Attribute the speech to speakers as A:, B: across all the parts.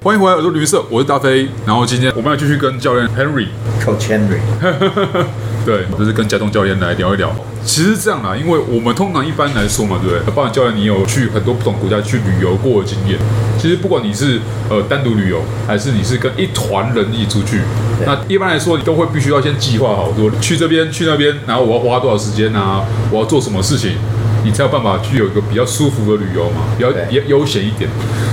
A: 欢迎回来，我是驴色，我是大飞。然后今天我们要继续跟教练 Henry，
B: Coach Henry，
A: 对，就是跟家栋教练来聊一聊。其实这样啦，因为我们通常一般来说嘛，对不对？包含教练，你有去很多不同国家去旅游过的经验。其实不管你是呃单独旅游，还是你是跟一团人一起出去，
B: 对
A: 那一般来说你都会必须要先计划好，我去这边去那边，然后我要花多少时间啊，我要做什么事情，你才有办法去有一个比较舒服的旅游嘛，比较
B: 对
A: 也悠闲一点。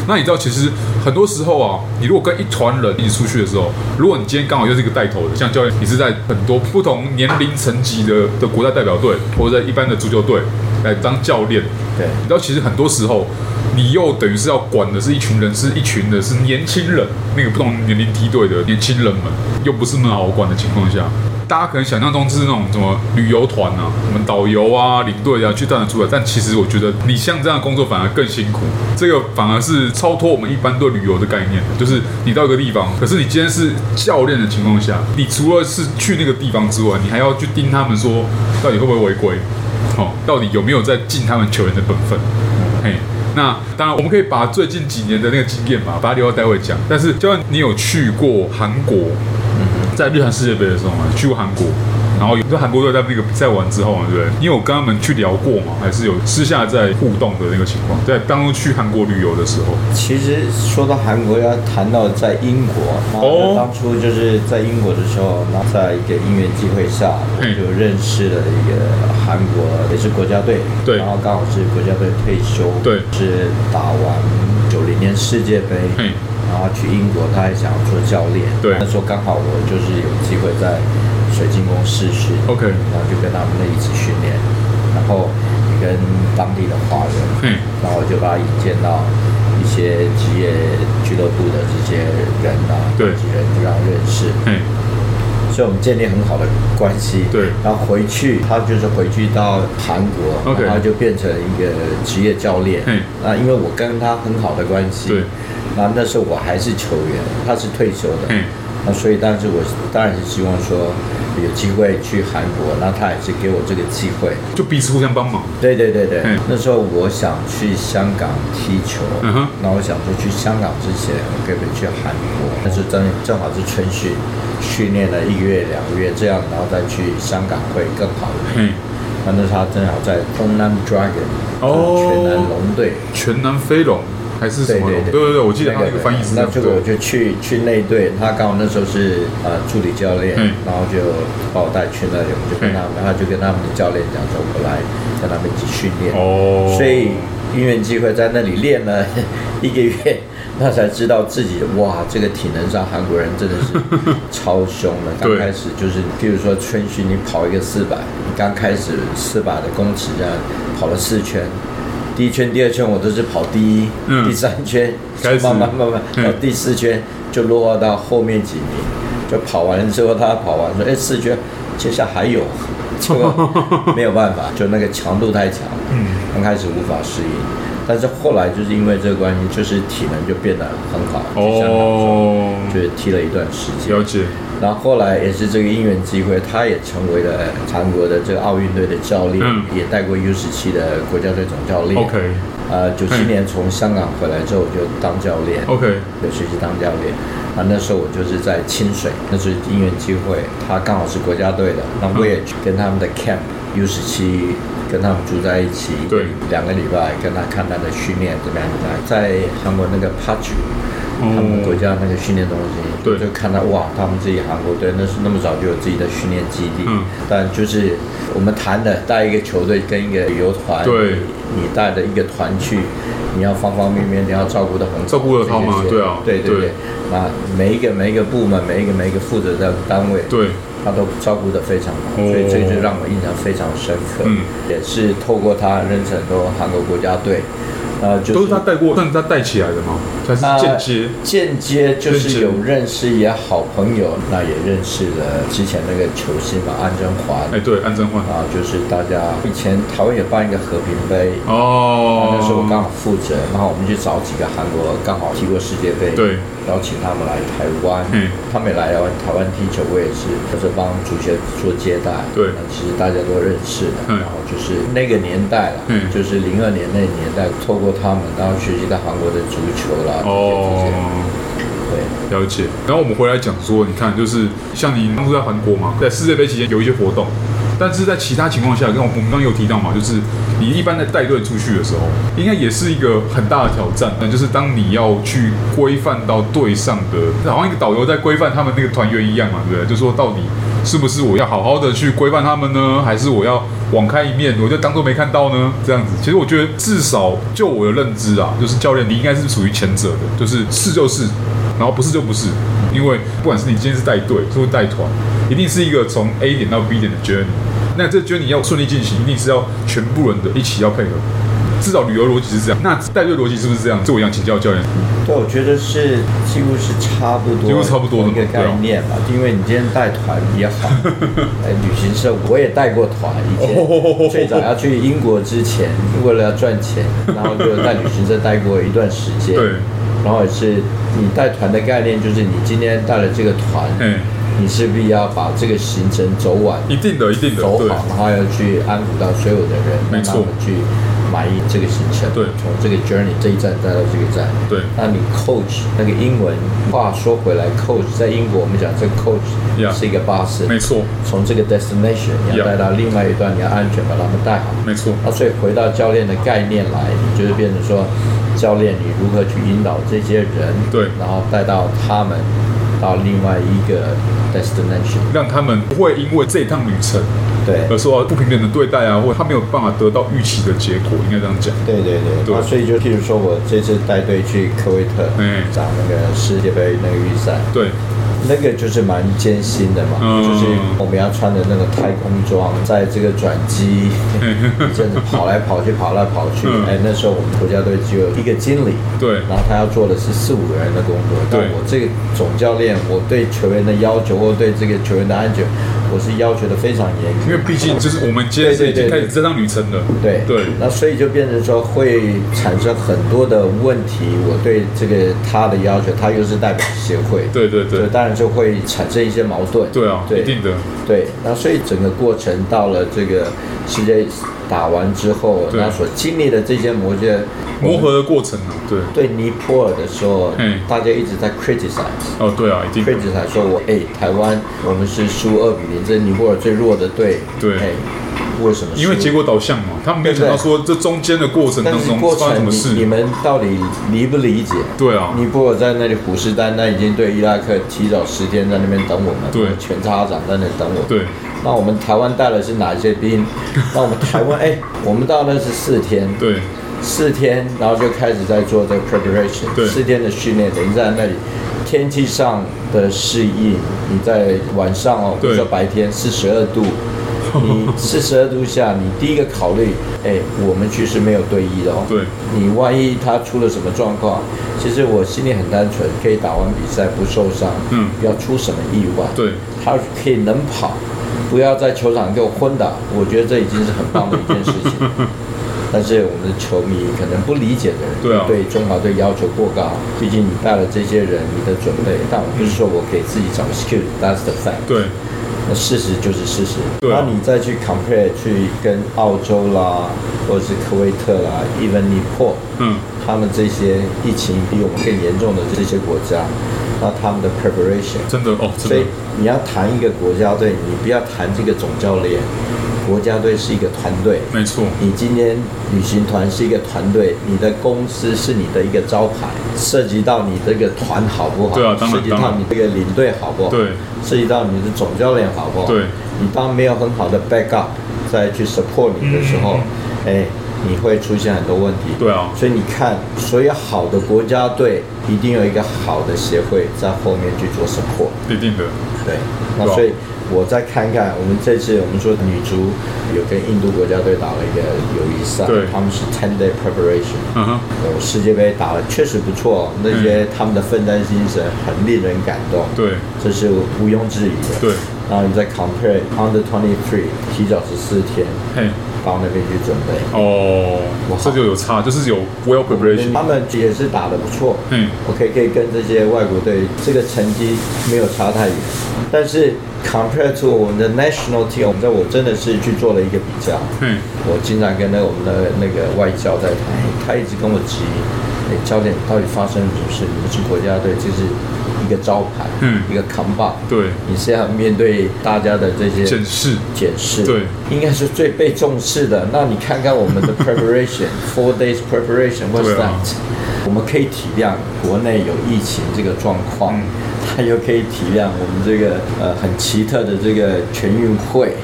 A: 那你知道，其实很多时候啊，你如果跟一团人一起出去的时候，如果你今天刚好又是一个带头的，像教练，你是在很多不同年龄层级的的国家代表队，或者在一般的足球队来当教练，
B: 对
A: 你知道，其实很多时候，你又等于是要管的是一群人，是一群的是年轻人，那个不同年龄梯队的年轻人们，又不是那么好管的情况下，大家可能想象中是那种什么旅游团啊，什么导游啊、领队啊去带得出来，但其实我觉得你像这样的工作反而更辛苦，这个反而是超脱我们一般对旅游的概念，就是你到一个地方，可是你今天是教练的情况下，你除了是去那个地方之外，你还要去盯他们说到底会不会违规。哦，到底有没有在尽他们球员的本分？嗯嘿，那当然我们可以把最近几年的那个经验嘛，把它留到待会讲。但是，教练，你有去过韩国？
B: 嗯
A: 在日韩世界杯的时候嘛，去过韩国，然后有在韩国队在那个比赛完之后嘛，对不对？你有跟他们去聊过吗？还是有私下在互动的那个情况？在当初去韩国旅游的时候，
B: 其实说到韩国，要谈到在英国，
A: 哦
B: 然后当初就是在英国的时候，然后在一个音乐机会下，我
A: 嗯
B: 就认识了一个韩国也是国家队，
A: 对
B: 然后刚好是国家队退休，
A: 对
B: 是打完九零年世界杯，
A: 嘿，
B: 然后去英国，他还想要做教练，
A: 嗯对
B: 那时候刚好我就是有机会在水晶宫试训
A: OK
B: 然后就跟他们一起训练，然后也跟当地的华人，
A: 嘿，
B: 然后就把他引荐到一些职业俱乐部的这些人啊，
A: 对
B: 几人就让他认识，
A: 嘿，
B: 所以我们建立很好的关系。
A: 对
B: 然后回去他就是回去到韩国
A: OK
B: 然后就变成一个职业教练
A: 嘿。
B: 那因为我跟他很好的关系，
A: 对，
B: 那那时候我还是球员，他是退休的
A: 嘿，
B: 那所以当时我当然是希望说有机会去韩国，那他也是给我这个机会。
A: 就彼此互相帮忙。
B: 对对对对
A: 嗯，
B: 那时候我想去香港踢球
A: 嗯哼，
B: 那我想说去香港之前，我可不可以去韩国？但是正正好是春训，训练了一个月两个月这样，然后再去香港会更好一点。
A: 嘿，
B: 那那时候他正好在东南 Dragon，
A: 嗯
B: 呃
A: 哦
B: 就是全南龙队，
A: 全南飞龙还是什
B: 对
A: 么龙？
B: 对
A: 对对对，我记得他那个翻译是这
B: 那
A: 样。
B: 结果我就去去那队，他刚好那时候是呃助理教练
A: 嗯，
B: 然后就把我带去那里，我就跟他们，然后就跟他们的教练讲说，我来跟他们一起训练。
A: 哦，
B: 所以因缘机会在那里练了 一个月，那才知道自己哇，这个体能上韩国人真的 是超凶的。
A: 对
B: 刚开始就是，譬如说春训，你跑一个四百，刚开始四百的公尺这样跑了四圈。第一圈、第二圈我都是跑第一，
A: 嗯
B: 第三圈
A: 开始
B: 慢慢慢慢，
A: 嗯
B: 到第四圈就落到后面几名，就跑完了之后，他跑完说：“哎，四圈，接下来还有。”结果 没有办法，就那个强度太强，
A: 嗯，
B: 刚开始无法适应，但是后来就是因为这个关系，就是体能就变得很好，就像
A: 哦，
B: 就是踢了一段时间
A: 了，解。
B: 然后后来也是这个因缘机会，他也成为了韩国的这个奥运队的教练，
A: 嗯
B: 也带过 U 十七的国家队总教练。
A: OK
B: 呃，九七
A: 嗯
B: 年从香港回来之后，我就当教练。
A: OK，
B: 有学习当教练。啊，那时候我就是在清水，那是因缘机会，他刚好是国家队的，那
A: 嗯
B: 我也跟他们的 camp U 十七跟他们住在一起，
A: 对
B: 两个礼拜跟他看他的训练怎么样，在韩国那个 p a j u 他们国家那个训练中心，
A: 哦对
B: 就看到哇，他们自己韩国队那是那么早就有自己的训练基地，
A: 嗯
B: 但就是我们谈的带一个球队跟一个旅游团，
A: 对
B: 你带着一个团去，你要方方面面你要照顾的很
A: 照顾得好吗
B: 这些
A: 对啊
B: 对对
A: 对
B: 对，那每一个每一个部门，每一个每一个负责的单位，
A: 对，
B: 他都照顾得非常好，
A: 哦
B: 所以这就让我印象非常深刻。
A: 嗯，
B: 也是透过他认识很多韩国国家队，呃，就
A: 都是他带过，算是他带起来的吗？还是间接？
B: 呃间接就
A: 间
B: 是
A: 接
B: 有认识也好朋友，那也认识了之前那个球星嘛，安贞华，
A: 哎，对，安贞焕。
B: 啊，就是大家以前台湾也办一个和平杯，
A: 哦，
B: 那时候我刚好负责，然后我们去找几个韩国刚好踢过世界杯，
A: 对，
B: 邀请他们来台湾
A: 嗯，
B: 他们也来台湾台湾踢球，我也是就是帮足协做接待，
A: 对
B: 那其实大家都认识的，
A: 嗯
B: 然后就是那个年代了，
A: 嗯
B: 就是零二年那个年代，透过他们，然后学习到韩国的足球啦，这些这些。
A: 哦，
B: 对，
A: 了解。然后我们回来讲说，你看，就是像你当初在韩国嘛，在世界杯期间有一些活动，但是在其他情况下，跟我们刚刚有提到嘛，就是你一般在带队出去的时候，应该也是一个很大的挑战。那就是当你要去规范到队上的，好像一个导游在规范他们那个团员一样嘛，对不对？就说到底是不是我要好好的去规范他们呢，还是我要网开一面，我就当做没看到呢？这样子，其实我觉得至少就我的认知啊，就是教练你应该是属于前者的，就是是就是。然后不是就不是，因为不管是你今天是带队，是不是带团，一定是一个从 A 点到 B 点的 journey。那这 journey 要顺利进行，一定是要全部人的一起要配合。至少旅游逻辑是这样，那带队逻辑是不是这样？这我想请教教练。
B: 对，我觉得是几乎是差不多，
A: 几乎差不多的
B: 一个
A: 对啊
B: 概念嘛。因为你今天带团 也好，哎，旅行社我也带过团，以
A: 哦
B: 前最早要去英国之前，为了要赚钱，然后就在旅行社待过一段时间。
A: 对，
B: 然后也是你带团的概念，就是你今天带了这个团，
A: 哎，
B: 你势必要把这个行程走完，
A: 一定的，一定的，
B: 走
A: 对，
B: 好，然后要去安抚到所有的人，
A: 没
B: 让他
A: 错
B: 们去满意这个行程，
A: 对
B: 从这个 journey 这一站带到这个站，
A: 对
B: 那你 coach 那个英文话说回来，coach 在英国我们讲这个
A: Yeah
B: coach 是一个巴士，
A: 没错，
B: 从这个 destination 你
A: Yeah
B: 要带到另外一段，你要安全把他们带好。
A: 没错，
B: 那所以回到教练的概念来，你就是变成说，教练你如何去引导这些人，
A: 对
B: 然后带到他们到另外一个 destination，
A: 让他们不会因为这趟旅程
B: 对。
A: 而受到不平等的对待啊，或者他没有办法得到预期的结果，应该这样讲。
B: 对对对，
A: 对
B: 那所以就譬如说我这次带队去科威特，
A: 嗯
B: 打那个世界杯那个预赛，
A: 对，
B: 那个就是蛮艰辛的嘛，
A: 嗯
B: 就是我们要穿的那个太空装，在这个转机，这样子跑来跑去，跑来跑去
A: 嗯，
B: 哎，那时候我们国家队只有一个经理，
A: 对
B: 然后他要做的是四五个人的工作，但
A: 对
B: 我这个总教练，我对球员的要求，或对这个球员的安全，我是要求的非常严格
A: 因为。毕竟就是我们今天是已经开始这趟旅程了。
B: 对
A: 对
B: 那所以就变成说会产生很多的问题。我对这个他的要求，他又是代表协会，
A: 对对对
B: 所以当然就会产生一些矛盾。
A: 对啊，
B: 对
A: 一定的，
B: 对。那所以整个过程到了这个世界打完之后，
A: 对
B: 那所经历的这些磨练，
A: 磨合的过程啊，对，
B: 对尼泊尔的时候
A: 嗯，
B: 大家一直在 criticize。
A: 哦对啊，一定的
B: 佩子才说我，哎、台湾我们是输二比零，这是尼泊尔最弱的队，
A: 对
B: 哎、为什么输？
A: 因为结果导向嘛，他们没有想到说这中间的过程
B: 但
A: 当
B: 是
A: 中
B: 过
A: 发生什
B: 程
A: 么
B: 你
A: 事。
B: 你们到底理不理解？
A: 对啊
B: 尼泊尔在那里虎视眈眈，已经对伊拉克提早十天在那边等我们，
A: 对
B: 全插长在那里等我们。
A: 对，
B: 那我们台湾带的是哪一些兵？ 那我们台湾哎，我们到那是四天，
A: 对
B: 四天，然后就开始在做这个 preparation，
A: 对
B: 四天的训练，等于在那里。天气上的适应，你在晚上哦，不
A: 对
B: 是说白天四十二度， 你四十二度下，你第一个考虑，哎，我们去是没有对弈的哦。
A: 对，
B: 你万一他出了什么状况，其实我心里很单纯，可以打完比赛不受伤，
A: 嗯
B: 不要出什么意外，
A: 对，
B: 他可以能跑，不要在球场给我昏倒，我觉得这已经是很棒的一件事情。 但是我们的球迷可能不理解的人，
A: 对啊
B: 对中华队要求过高。毕竟你带了这些人，你的准备，但我不是说我给自己找 excuse，that's the fact。
A: 对
B: 那事实就是事实。
A: 对啊
B: 那你再去 compare 去跟澳洲啦，或者是科威特啦，even 尼泊尔，
A: 嗯，
B: 他们这些疫情比我们更严重的这些国家，那他们的 preparation，
A: 真的哦，真
B: 所以
A: 的，
B: 你要谈一个国家队，你不要谈这个总教练，国家队是一个团队。
A: 没错，
B: 你今天旅行团是一个团队，你的公司是你的一个招牌，涉及到你这个团好不好？
A: 对啊当然
B: 涉及到你这个领队好不好？
A: 对，
B: 涉及到你的总教练好不好？
A: 对，
B: 你当没有很好的 backup 再去 support 你的时候，哎、你会出现很多问题。
A: 嗯对啊
B: 所以你看，所有好的国家队一定有一个好的协会在后面去做 support。
A: 一定的，
B: 对，那
A: 对啊
B: 所以我再看看，我们这次我们说女足有跟印度国家队打了一个友谊赛
A: 对，
B: 他们是 ten day preparation。
A: 嗯哼，
B: 有世界杯打的确实不错，那些他们的奋战精神很令人感动，
A: 嗯对
B: 这是毋庸置疑的。
A: 对，
B: 然后你再 compare under twenty three，提早十四天
A: 嘿，
B: 到那边去准备，
A: 哦，这就有差，就是有 well
B: 他
A: preparation，
B: 们也是打得不错。
A: 嗯
B: ，OK，可以跟这些外国队这个成绩没有差太远，但是 compared to 我们的 national team，我们在我真的是去做了一个比较。
A: 嘿，
B: 我经常跟那个我们的那个外教在谈，他一直跟我质疑，哎，焦点到底发生了什么事？你是国家队，这是一个招牌，
A: 嗯
B: 一个扛把，
A: 对
B: 你是要面对大家的这些
A: 检视，
B: 解释，
A: 对，
B: 应该是最被重视的。那你看看我 们的 preparation four days preparation what's
A: 对
B: that？、
A: 啊
B: 我们可以体谅国内有疫情这个状况，
A: 嗯
B: 他又可以体谅我们这个呃很奇特的这个全运 会，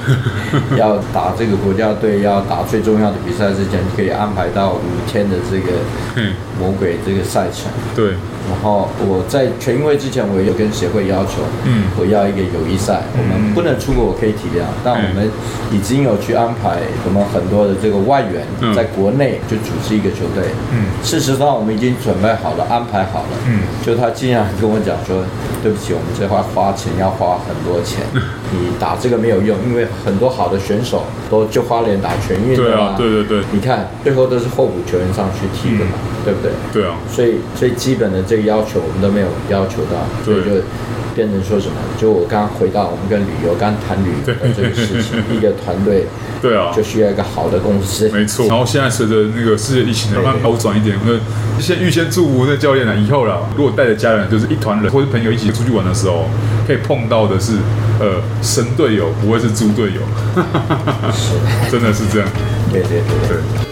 B: 要打这个国家队，要打最重要的比赛之前，可以安排到五天的这个
A: 嗯，
B: 魔鬼这个赛程。
A: 对，
B: 然后我在全运会之前，我也有跟协会要求，
A: 嗯
B: 我要一个友谊赛，我们不能出国，我可以体谅，但我们已经有去安排我们很多的这个外援
A: 嗯
B: 在国内就组织一个球队，
A: 嗯
B: 事实上我们已经准备好了，安排好了，
A: 嗯
B: 就他竟然跟我讲说，对不起，我们这块花钱要花很多钱，
A: 嗯
B: 你打这个没有用，因为很多好的选手都就花莲打全运
A: 对
B: 的
A: 啊
B: 嘛，，
A: 对嗯对对，
B: 你看最后都是候补球员上去踢的嘛，对不对？
A: 对啊，
B: 所以最基本的这个要求我们都没有要求到，所
A: 对
B: 以就变成说什么？就我刚刚回到我们跟旅游刚谈旅游的这个 事情，一个团队
A: 对啊
B: 就，需要一个好的公司，
A: 没错。然后现在随着那个世界疫情的慢慢好转一点，那先预先祝福那教练了，啊以后啦，如果带着家人，就是一团人或者朋友一起出去玩的时候，可以碰到的是呃神队友，不会是猪队友，
B: 是，
A: 真的是这样。
B: 对对对对
A: 对。